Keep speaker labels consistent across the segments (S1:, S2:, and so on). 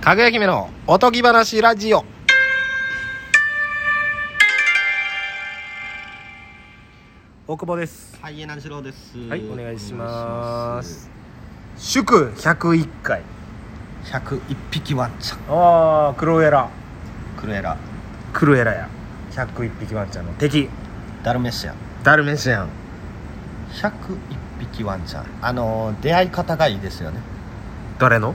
S1: かぐや姫のおとぎ話ラジオ大久保です
S2: はい、えなじろうです。
S1: はいお願いします。祝101回
S2: 百一匹ワンちゃん。
S1: ああクロエラ
S2: クルエラ、
S1: クロエラや101匹ワンちゃんの敵
S2: ダルメシアン。
S1: ダルメシアン
S2: 百一匹ワンちゃん。あのー出会い方がいいですよね。
S1: 誰の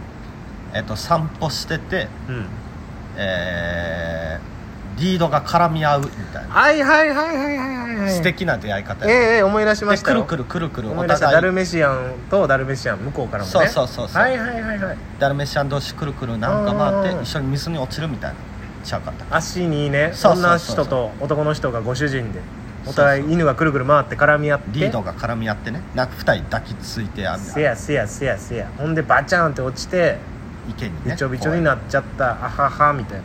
S2: えっと散歩してて、
S1: うん
S2: えーリードが絡み合うみたいな、
S1: はいはいはいはいはいはい
S2: 素敵な出会い方
S1: ええ
S2: や。
S1: ええ思い出しま
S2: で
S1: した
S2: くる
S1: よ
S2: くるくるくる
S1: 思
S2: お
S1: い出したダ
S2: 互
S1: ル
S2: い
S1: メシアンとダルメシアン向こうからもね
S2: そうそうそうそう
S1: はいはいはいはい
S2: ダルメシアン同士くるくるなんか回っ
S1: うん
S2: て一緒に水に落ちるみたいなちゃうかった
S1: 足にね
S2: そうそう
S1: 女
S2: そう
S1: の人と男の人がご主人でお互
S2: そう
S1: い犬がくるくる回って絡み合って
S2: リードが絡み合ってねなんか二人抱きついてあみた
S1: せ
S2: いな
S1: やせやせやせやほんでバチャンって落ちて
S2: 池にね
S1: びちょびちょになっちゃったあははみたいな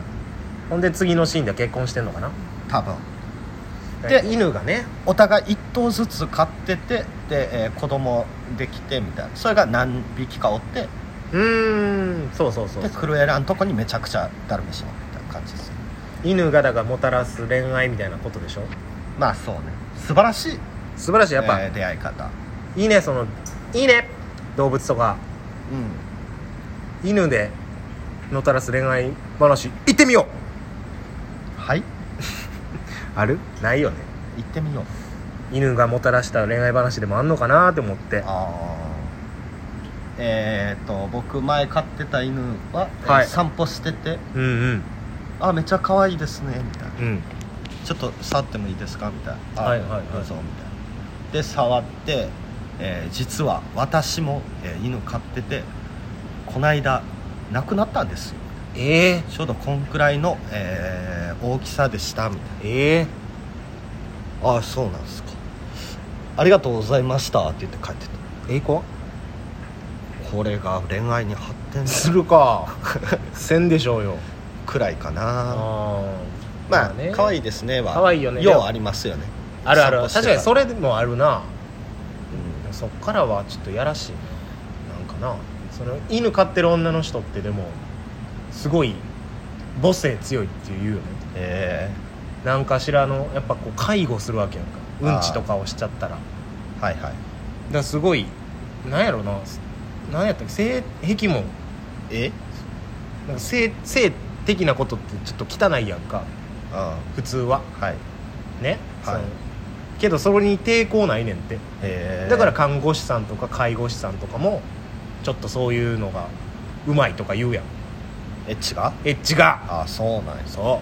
S1: ほんで次のシーンでは結婚してんのかな
S2: 多分
S1: で
S2: で
S1: 犬がね
S2: お互い1頭ずつ飼っててで、えー子供できてみたいなそれが何匹かおって
S1: うーんそうそうそう
S2: でクルエラのとこにめちゃくちゃダルメシアンみたいな感じですよ
S1: 犬がだからもたらす恋愛みたいなことでしょ
S2: まあそうね素晴らしい
S1: 素晴らしいやっぱ、
S2: えー出会い方
S1: いいねそのいいね動物とか
S2: うん
S1: 犬でのたらす恋愛話行ってみよう
S2: はい
S1: あるないよね
S2: 行ってみよう
S1: 犬がもたらした恋愛話でもあんのかなって思って
S2: あーえっ、と僕前飼ってた犬は、えー
S1: はい
S2: 散歩してて
S1: うんうん
S2: 「あめっちゃ可愛いですね」みたいな
S1: うん
S2: ちょっと触ってもいいですかみたいな
S1: はいはいはい
S2: どうぞみたいなで触って、えー実は私も、えー犬飼っててこないだ亡くなったんですよ
S1: ええ
S2: ちょうどこんくらいの、えー大きさでしたみたい
S1: ええ
S2: なああそうなんですかありがとうございましたって言って帰ってた
S1: えいこ
S2: これが恋愛に発展す
S1: す
S2: る
S1: るか せんでしょうよ
S2: くらいかな
S1: あ
S2: まあ
S1: ね
S2: 可愛いですねは
S1: 可愛いよね
S2: ようありますよね
S1: あるある
S2: 散歩して
S1: 確かにそ
S2: ら
S1: れでもあるな
S2: うん
S1: そっからはちょっとやらしいなんかなその犬飼ってる女の人ってでもすごい母性強いっていうよね
S2: え
S1: なんかしらのやっぱこう介護するわけやんかうんちとかをしちゃったらだか
S2: ーはいはい
S1: らすごいなんやろななんやったっけ性癖も
S2: え
S1: なんか性性的なことってちょっと汚いやんか
S2: あ
S1: 普通は
S2: あはい
S1: ね、
S2: はい
S1: そのけどそれに抵抗ないねんって
S2: へー
S1: だから看護師さんとか介護士さんとかもちょっとそういうのがうまいとか言うやん
S2: エッチが
S1: エッジが
S2: あそうなんや
S1: そ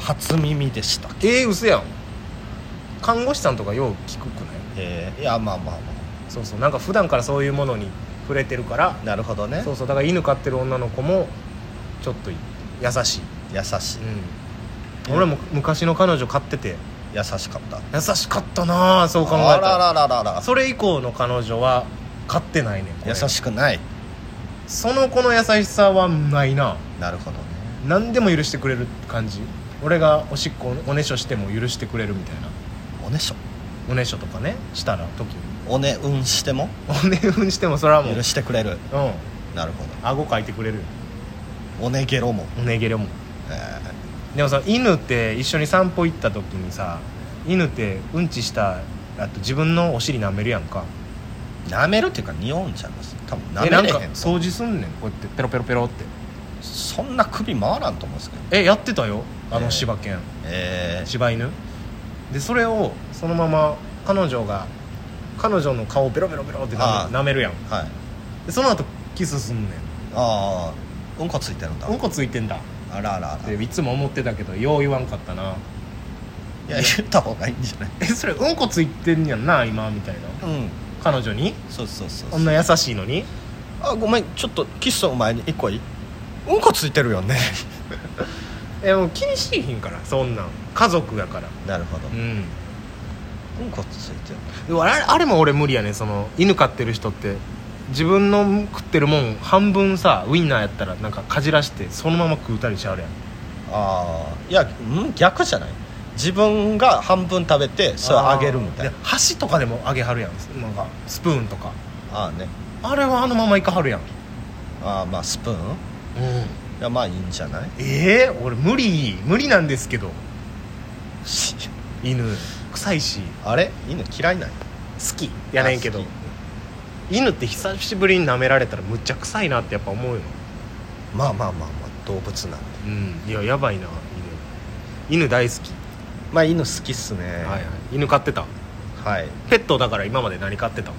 S2: 初耳でした
S1: うええ嘘やん看護師さんとかよう聞くくない
S2: えー、いやまあまあま
S1: そうそうなんか普段からそういうものに触れてるから
S2: あなるほどね
S1: そうそうだから犬飼ってる女の子もちょっと優しい、
S2: 優しい
S1: うん、俺も昔の彼女飼ってて
S2: 優しかった
S1: 優しかったなあそう考えた
S2: あららららら
S1: それ以降の彼女は飼ってないねんこれ
S2: 優しくない
S1: その子の優しさはないな
S2: なるほどね
S1: 何でも許してくれる感じ俺がおしっこおねしょしても許してくれるみたいな
S2: おねしょ
S1: おねしょとかねしたら時に
S2: おねうんしても
S1: おねうんしてもそれはもう
S2: 許してくれる
S1: うん
S2: なるほ
S1: 顎かいてくれるよ
S2: どおねゲロも
S1: おねげれも
S2: え
S1: でもさ犬って一緒に散歩行った時にさ犬ってうんちしたあと自分のお尻舐めるやんか
S2: ー、舐めるっていうか匂うんちゃいます多分舐
S1: え
S2: め
S1: なん
S2: れ
S1: か
S2: へん
S1: 掃除すんねんこうやってペロペロペロって
S2: そんな首回らんと思うんですけど
S1: えやってたよあ
S2: え
S1: の
S2: ー
S1: 柴犬、
S2: えー、
S1: 柴犬でそれをそのまま彼女が彼女の顔をベロベロベロって舐
S2: あー
S1: め舐めるやん
S2: はい
S1: でその後キスすんね
S2: ああうんこついてるんだ
S1: んうんこついてんだ
S2: あらあらあら
S1: で
S2: い
S1: いつも思ってたけどよう言わんかったな
S2: や言った方がいいんじゃない
S1: えそれうんこついてんやんな今みたいな
S2: うん
S1: 彼女に
S2: そうそうそう
S1: こ
S2: そうん
S1: な優しいのに
S2: あごめんちょっとキスの前に一個いいうんこついてる よね
S1: えもう気にしいひんからそんなん家族やから
S2: なるほど
S1: うん
S2: うんこついてる
S1: でもあれあれも俺無理やねその犬飼ってる人って自分の食ってるもん半分さウインナーやったらなんかかじらしてそのまま食うたりしちゃうやん
S2: ああいやうん逆じゃない自分が半分食べてそれあげるみたいな
S1: で箸とかでもあげはるやんなんかスプーンとか
S2: ああね
S1: あれはあのままいかはるやん
S2: ああまあスプーン
S1: うん
S2: いやまあいいんじゃない
S1: えー、俺無理無理なんですけどし犬臭いし
S2: あれ犬嫌いなん
S1: 好きやねんけ
S2: あ
S1: ど
S2: 好
S1: 犬って久しぶりに舐められたらむっちゃ臭いなってやっぱ思うよ
S2: まあまあまあまあ動物なんで
S1: うんいややばいな犬犬大好き、
S2: まあ犬好きっすね
S1: はいはい、犬飼ってた
S2: はい、
S1: ペットだから今まで何飼ってた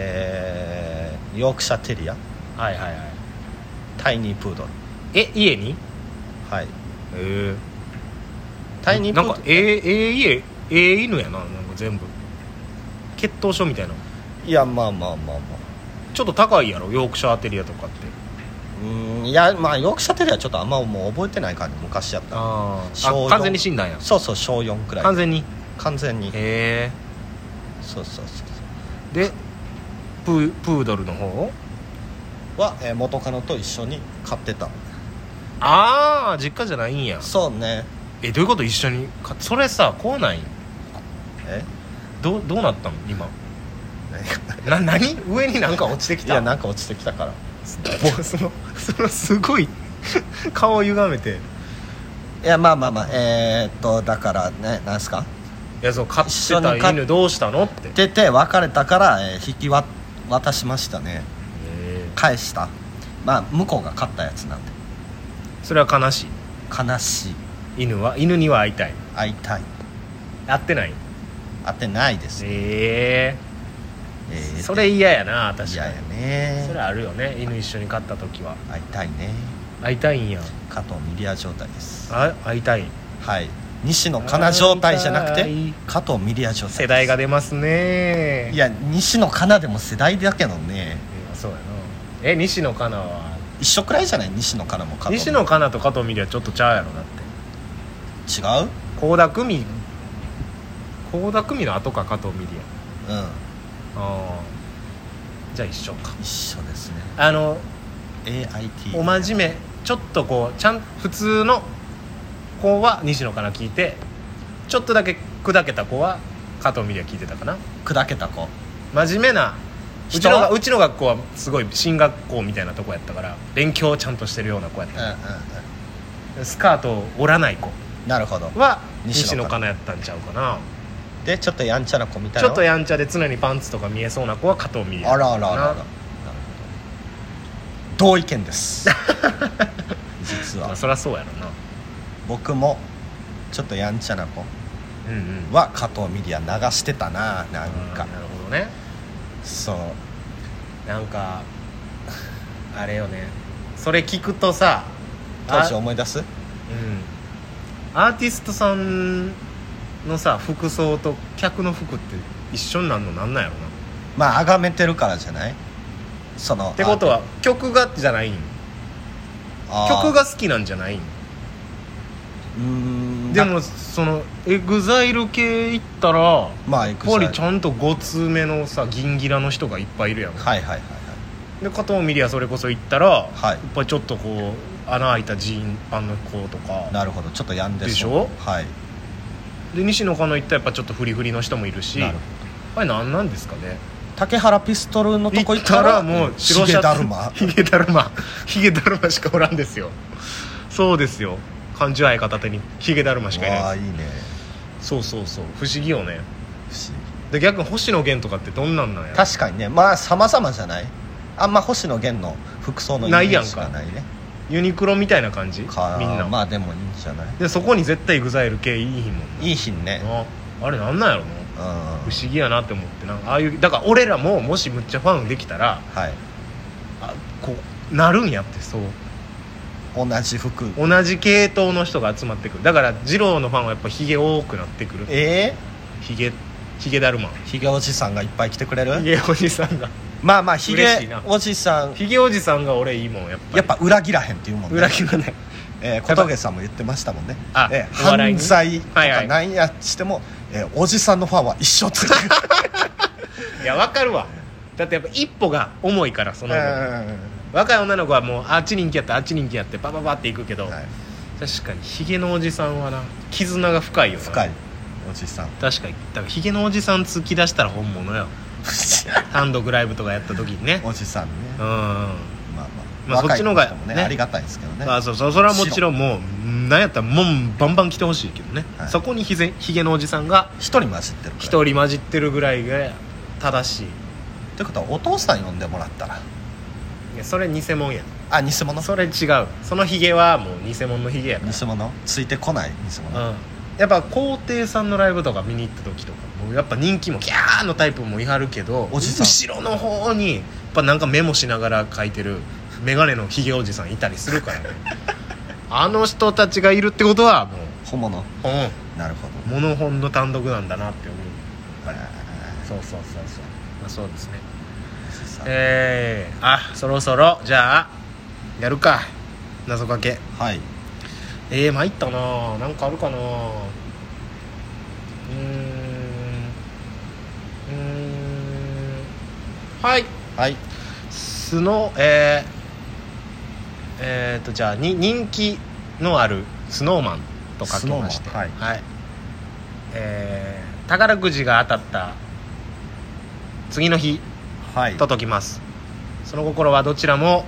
S2: えー、ヨークシャテリア
S1: はいはいはい
S2: タイニープードル
S1: え家に
S2: はい
S1: え
S2: タイニー
S1: なん
S2: プード
S1: か
S2: ル
S1: えええ家ええ犬やななんか全部血統書みたいない
S2: やまあまあまあまあ
S1: ちょっと高いやろヨークシャーテリアとかって
S2: うーんいやまあヨークシャテリアちょっとあんまもう覚えてないからね昔やったら
S1: あー
S2: 小
S1: あ
S2: 四
S1: 完全に死んだんや
S2: そうそう小4くらい
S1: 完全に
S2: 完全に
S1: へえ
S2: そうそうそうそ
S1: でプープードルの方
S2: うは、えー元カノと一緒に飼ってた
S1: ああ実家じゃないんや
S2: そうね
S1: えどういうこと一緒にかそれさこうなんや
S2: え
S1: どうどうなったの今
S2: 何
S1: な何上に なんか落ちてき
S2: い
S1: た
S2: やなんか落ちてきたから
S1: もうそのそのすごい顔を歪めて
S2: いやまあまあまあえー、っとだからねなんすか
S1: いやそう飼って
S2: 一緒に飼
S1: た
S2: っ
S1: 犬どうしたのってへ
S2: 出て別れたから、えー引きわ渡しましたね
S1: え
S2: 返したまあ向こうが飼ったやつなんで
S1: それは悲しい
S2: 悲しい
S1: 犬は犬には会いたい
S2: 会いたい
S1: 会ってない
S2: 会ってないです、
S1: ええ
S2: えー
S1: それ嫌やな確
S2: 嫌
S1: か
S2: や
S1: に
S2: ね
S1: それあるよね犬一緒に飼った時は
S2: 会いたいね
S1: 会いたいんや
S2: 加藤ミリア状態です
S1: あ会いたい
S2: はい西野カナ状態じゃなく
S1: 会い
S2: て加藤ミリア状態です
S1: 世代が出ますね
S2: いや西野カナでも世代だけどね
S1: いやそうやなえ西野カナは
S2: 一緒くらいじゃない西野カナも加藤
S1: 西野カナと加藤ミリはちょっとちゃうやろだって
S2: 違う
S1: 倖田來未倖田來未の後か加藤ミリ
S2: う
S1: アあーじゃあ一緒か
S2: ん一緒ですね
S1: あの
S2: AIT
S1: お真面目ちょっとこうちゃん普通の子は西野かな聞いてちょっとだけ砕けた子は加藤ミリは聞いてたかな
S2: 砕けた子
S1: 真面目なうち
S2: 人
S1: の
S2: は
S1: がうちの学校はすごい進学校みたいなとこやったから勉強をちゃんとしてるような子やっ
S2: うん
S1: た
S2: うんう
S1: スカートを折らない子
S2: んなるほど
S1: は
S2: 西
S1: 西野
S2: 野か
S1: か
S2: な
S1: なやったんちゃうかな
S2: でちょっとやんちゃな子みたい
S1: ち
S2: な
S1: ょっとやんちゃで常にパンツとか見えそうな子は加藤ミリ
S2: あらあらあらあらなるほど同意見です 実
S1: ま
S2: は
S1: あ、そりゃそうやろな
S2: 僕もちょっとやんちゃな子
S1: うんうん
S2: は加藤ミリア流してたななん
S1: あ
S2: か
S1: ーなるほどね
S2: そう
S1: なんか あれよねそれ聞くとさ
S2: 当時
S1: あ
S2: 思い出す
S1: うんアーティストさんのさ服装と客の服って一緒になんのなんなんやろな
S2: まああがめてるからじゃないその
S1: ってことは曲がじゃないん
S2: あー
S1: 曲が好きなんじゃないん
S2: うーん
S1: で
S2: な
S1: もそのエグザイル系行ったら
S2: まあ
S1: やっぱりち
S2: ん
S1: ゃんと5通目のさ銀ギラの人がいっぱいいるやん
S2: はいはいはいはい
S1: で加藤ミリはそれこそ行ったら、
S2: はい
S1: やっぱりちょっとこう穴開いたジーンパンの子とか
S2: なるほどちょっとやんでそう
S1: でしょ
S2: はい
S1: で西野カナ行ったらやっぱちょっとフリフリの人もいるし
S2: なる
S1: あ
S2: ほど
S1: れ何なんですかね
S2: 竹原ピストルのとこ
S1: 行
S2: 行
S1: っ
S2: った
S1: た
S2: ら
S1: らもう白
S2: 白シ
S1: シャ
S2: ャツ
S1: ツ
S2: だるま
S1: ヒゲだるまヒゲだるましかおらんですよそうですよ感情愛片手にヒゲだるましかい
S2: わ
S1: な
S2: あ
S1: い
S2: いいね
S1: そうそうそう不思議よね
S2: 不思議
S1: で逆に星野源とかってどんなんなんや
S2: 確かにねまあ様々じゃないあんま星野源の服装のイメージしか
S1: な
S2: ないね
S1: ユニクロみたいな感じみん
S2: か
S1: な、
S2: まあでもいいんじゃない
S1: でそこに絶対 EXILE 系いいもん
S2: い
S1: い
S2: い品ね
S1: ああれなんなんやろな
S2: うん
S1: 不思議やなって思ってなああいうだから俺らももしむっちゃファンできたら
S2: はい
S1: あこうなるんやってそう
S2: 同じ服
S1: 同じ系統の人が集まってくるだから二郎のファンはやっぱヒゲ多くなってくる
S2: え
S1: ヒゲヒゲだるま
S2: えひげおじさんがいっぱい来てくれ
S1: ヒ
S2: る
S1: ゲおじさんが
S2: まあまあひ
S1: 嬉しい
S2: げ
S1: な
S2: おじさん
S1: ヒゲおじさんが俺いいもんやっぱり
S2: やっぱ裏切らへんっていうもんね
S1: 裏切らない
S2: えー小峠さんも言ってましたもんね、
S1: あ
S2: えー
S1: お笑い
S2: 犯
S1: に
S2: 罪と
S1: はいは
S2: か
S1: い
S2: なんやしても、えーおじさんのファンは一 緒っていう
S1: いやわかるわだってやっぱ一歩が重いからその
S2: う
S1: 若い女の子はもうあっち人気やったあっち人気やってバババっていくけど、
S2: んはい
S1: 確かにヒゲのおじさんはな絆が深いよな
S2: 深いお じさん
S1: 確かにだからヒゲのおじさん突き出したら本物よ単独ライブとかやった時にね
S2: おじさんね
S1: うん
S2: まあまあ
S1: まあそっちの方が
S2: 若い子とかも
S1: ね
S2: ありがたいですけどね
S1: あそうそうそれはもちろんもうなんやったらもんバンバン来てほしいけどね、
S2: はい
S1: そこにひぜひげのおじさんが
S2: 一人混じってるから
S1: 一人混じってるぐらいが正しい
S2: ってことはお父さん呼んでもらったら
S1: いやそれ偽物や
S2: あ偽物
S1: それ違うそのひげはもう偽物のひげやから
S2: 偽物ついてこない偽物、
S1: うんやっぱ皇帝さんのライブとか見に行った時とかもうやっぱ人気もキャーのタイプもいはるけど
S2: おじさん
S1: 後ろの方にやっぱなんかメモしながら書いてるメガネのひげおじさんいたりするから ねあの人たちがいるってことはもう
S2: 本物
S1: 本
S2: なるほど
S1: モノ本の単独なんだなって思う
S2: え
S1: そうそうそうそうまあそうですね
S2: ーさ
S1: えー、あそろそろじゃあやるか謎かけ
S2: はい
S1: えー、参ったななんかあるかなうーんうーんはい
S2: はい
S1: 素のえー、えー、とじゃあに人気のあるスノーマンと書きまして
S2: スノーマン
S1: えー宝くじが当たった次の日
S2: はい
S1: と解きますその心はどちらも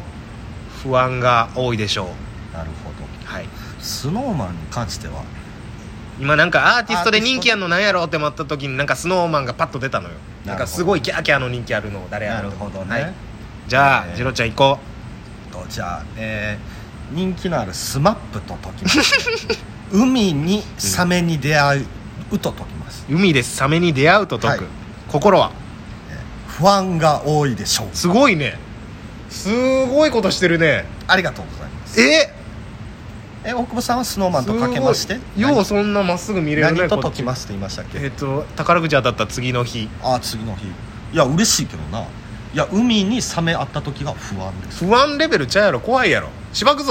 S1: 不安が多いでしょ
S2: なるほど
S1: うはい
S2: スノーマンに関しては
S1: 今なんかアーティストで人気あんのなんやろうって思った時になんかスノーマンがパッと出たのよなんかすごいキャーキャーの人気あるの誰や
S2: な
S1: ろ
S2: る
S1: うと
S2: ほ
S1: 思って
S2: どね、
S1: はいじゃあ、
S2: えー
S1: ジロちゃん行こと
S2: じゃあ、えー人気のあるスマップと解きます 海にサメに出会うと解きます、
S1: う海でサメに出会うと解く、
S2: はい
S1: 心は
S2: 不安が多いでしょう
S1: すごいねすごいことしてるね
S2: ありがとうございます
S1: え
S2: え大久保さんはスノーマンとかけまして
S1: すごいようそんなまっすぐ見れる
S2: 何
S1: ね
S2: 何と
S1: こっ
S2: 解
S1: ち
S2: きますって言いましたっけ、
S1: えっ、と宝くじ当たった次の日
S2: ああ次の日いや嬉しいけどないや海にサメあった時が不安です
S1: 不安レベルちゃうやろ怖いやろしばくぞ